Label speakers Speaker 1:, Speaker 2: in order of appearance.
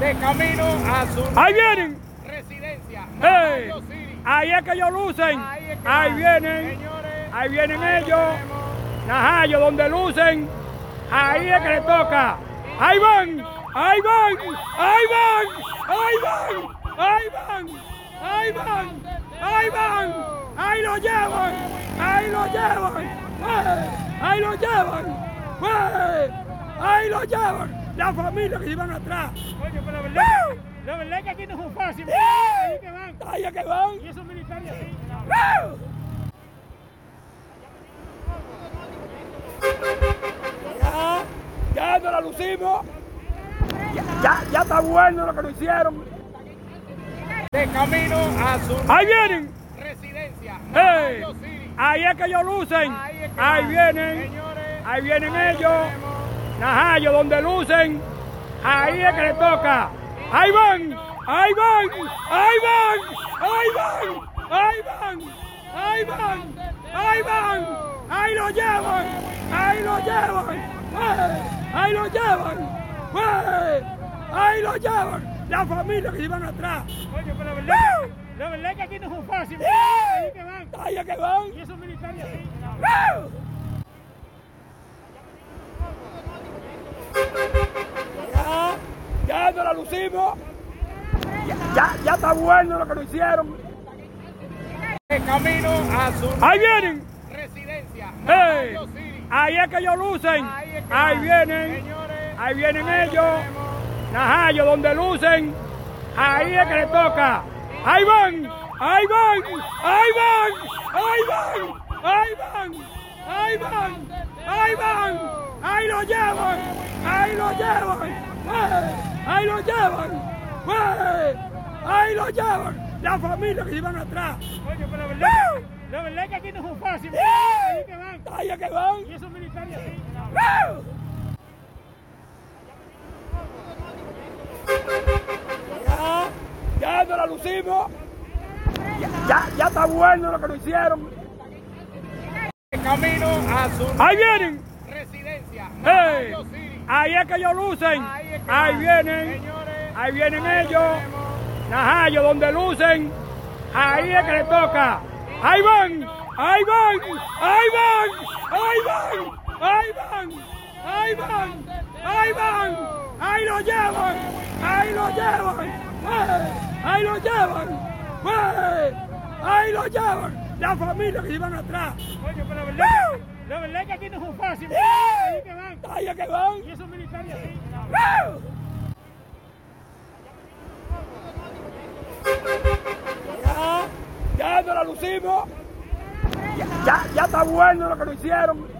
Speaker 1: de camino a su
Speaker 2: Ahí vienen.
Speaker 1: residencia.
Speaker 2: ¡Ey!
Speaker 1: Naranjo City.
Speaker 2: Ahí es que ellos lucen.
Speaker 1: Ahí es que
Speaker 2: Ahí
Speaker 1: van.
Speaker 2: vienen.
Speaker 1: Señores,
Speaker 2: Ahí vienen
Speaker 1: ahí lo
Speaker 2: ellos.
Speaker 1: tenemos.
Speaker 2: Najayo, donde lucen. Ahí es que les toca. Ahí van. Ahí van. Ahí van. Ahí van. Ahí van. Ahí van. Ahí van. Ahí lo llevan. Ahí lo llevan. ¡Eh! Ahí lo llevan. ¡Eh! Ahí lo llevan. La familia que llevan atrás.
Speaker 3: Coño, pero la verdad,
Speaker 2: ¡Woo!
Speaker 3: la verdad es que aquí no es un fácil. Ahí es que van.
Speaker 2: Ahí es que van.
Speaker 3: Y esos militares así.
Speaker 2: ¡Woo! Ya, ya no la lucimos. Ya, ya, ya está bueno lo que nos hicieron.
Speaker 1: De camino a
Speaker 3: Ah.
Speaker 1: su
Speaker 2: Ahí vienen.
Speaker 1: residencia.
Speaker 2: ¡Ey!
Speaker 1: Naranjo City.
Speaker 2: Ahí es que ellos lucen.
Speaker 1: Ahí es que
Speaker 2: Ahí
Speaker 1: van.
Speaker 2: vienen.
Speaker 1: Señores,
Speaker 2: Ahí vienen
Speaker 1: ahí lo
Speaker 2: ellos.
Speaker 1: tenemos.
Speaker 2: Najayo, donde lucen. Ahí es que les toca. Ahí van. Ahí van. Ahí van. Ahí van. Ahí van. Ahí van. Ahí van. Ahí lo llevan. Ahí lo llevan. ¡Eh! Ahí lo llevan. ¡Eh! Ahí lo llevan. La familia que llevan atrás.
Speaker 3: Coño, pero la verdad,
Speaker 2: ¡Woo!
Speaker 3: la verdad es que aquí no es un fácil. Ahí es que van.
Speaker 2: Ahí es que van.
Speaker 3: Y esos militares así.
Speaker 2: ¡Woo! Ya, ya no la lucimos. Ya, ya, ya está bueno lo que nos hicieron.
Speaker 1: De camino a su
Speaker 2: Ahí vienen.
Speaker 3: Ah.
Speaker 1: residencia.
Speaker 2: ¡Ey!
Speaker 1: Naranjo City.
Speaker 2: Ahí es que ellos lucen.
Speaker 1: Ahí es que
Speaker 2: Ahí
Speaker 1: van.
Speaker 2: vienen.
Speaker 1: Señores,
Speaker 2: Ahí vienen
Speaker 1: ahí lo
Speaker 2: ellos.
Speaker 1: tenemos.
Speaker 2: Najayo, donde lucen. Ahí es que les toca. Ahí van. Ahí van. Ahí van. Ahí van. Ahí van. Ahí van. Ahí van. Ahí lo llevan. Ahí lo llevan. ¡Eh! Ahí lo llevan. ¡Eh! Ahí lo llevan. La familia que llevan atrás.
Speaker 3: Coño, pero la verdad,
Speaker 2: ¡Woo!
Speaker 3: la verdad es que aquí no es un fácil. Ahí es que van.
Speaker 2: Ahí es que van.
Speaker 3: Y esos militares así.
Speaker 2: ¡Woo! Ya, ya no la lucimos. Ya, ya, ya está bueno lo que nos hicieron.
Speaker 1: De camino a su
Speaker 2: Ahí vienen.
Speaker 1: residencia.
Speaker 2: ¡Ey!
Speaker 1: Naranjo City.
Speaker 2: Ahí es que ellos lucen.
Speaker 1: Ahí es que
Speaker 2: Ahí
Speaker 1: van.
Speaker 2: vienen.
Speaker 1: Señores,
Speaker 2: Ahí vienen
Speaker 1: ahí lo
Speaker 2: ellos.
Speaker 1: tenemos.
Speaker 2: Najayo, donde lucen. Ahí es que les toca. Ahí van. Ahí van. Ahí van. Ahí van. Ahí van. Ahí van. Ahí van. Ahí lo llevan. Ahí lo llevan. ¡Eh! Ahí lo llevan. ¡Eh! Ahí lo llevan. La familia que llevan atrás.
Speaker 3: Coño, pero la verdad,
Speaker 2: ¡Woo!
Speaker 3: la verdad es que aquí no es un fácil. Ahí es que van.
Speaker 2: Ahí es que van.
Speaker 3: Y esos militares así.
Speaker 2: ¡Woo! Ya, ya no la lucimos. Ya, ya, ya está bueno lo que nos hicieron.